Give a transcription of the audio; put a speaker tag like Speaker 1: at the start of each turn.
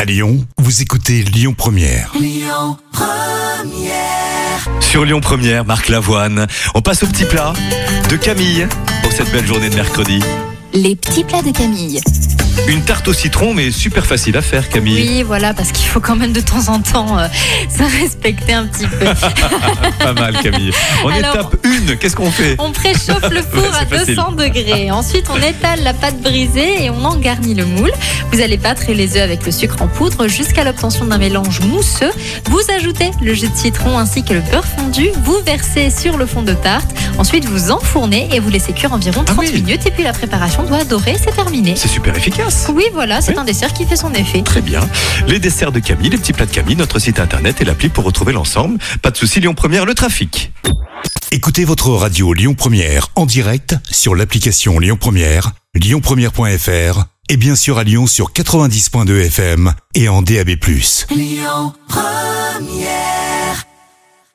Speaker 1: À Lyon, vous écoutez Lyon Première.
Speaker 2: Sur Lyon Première, Marc Lavoine. On passe au petit plat de Camille pour cette belle journée de mercredi.
Speaker 3: Les petits plats de Camille.
Speaker 2: Une tarte au citron, mais super facile à faire, Camille.
Speaker 3: Oui, voilà, parce qu'il faut quand même de temps en temps euh, se respecter un petit peu.
Speaker 2: Pas mal, Camille. On
Speaker 3: Alors-
Speaker 2: étape une. Qu'est-ce qu'on fait
Speaker 3: On préchauffe le four
Speaker 2: Ouais, c'est
Speaker 3: à
Speaker 2: facile.
Speaker 3: 200 degrés. Ensuite, on étale la pâte brisée et on en garnit le moule. Vous allez battre les œufs avec le sucre en poudre jusqu'à l'obtention d'un mélange mousseux. Vous ajoutez le jus de citron ainsi que le beurre fondu. Vous versez sur le fond de tarte. Ensuite, vous enfournez et vous laissez cuire environ
Speaker 2: Ah
Speaker 3: 30
Speaker 2: oui.
Speaker 3: minutes. Et puis la préparation doit dorer, c'est terminé.
Speaker 2: C'est super efficace.
Speaker 3: Oui, voilà, c'est
Speaker 2: Oui.
Speaker 3: un dessert qui fait son effet.
Speaker 2: Très bien. Les desserts de Camille, les petits plats de Camille, notre site internet et l'appli pour retrouver l'ensemble. Pas de souci, Lyon Première, le trafic.
Speaker 1: Écoutez votre radio Lyon Première en direct sur l'application Lyon Première, lyonpremière.fr et bien sûr à Lyon sur 90.2 FM et en DAB+.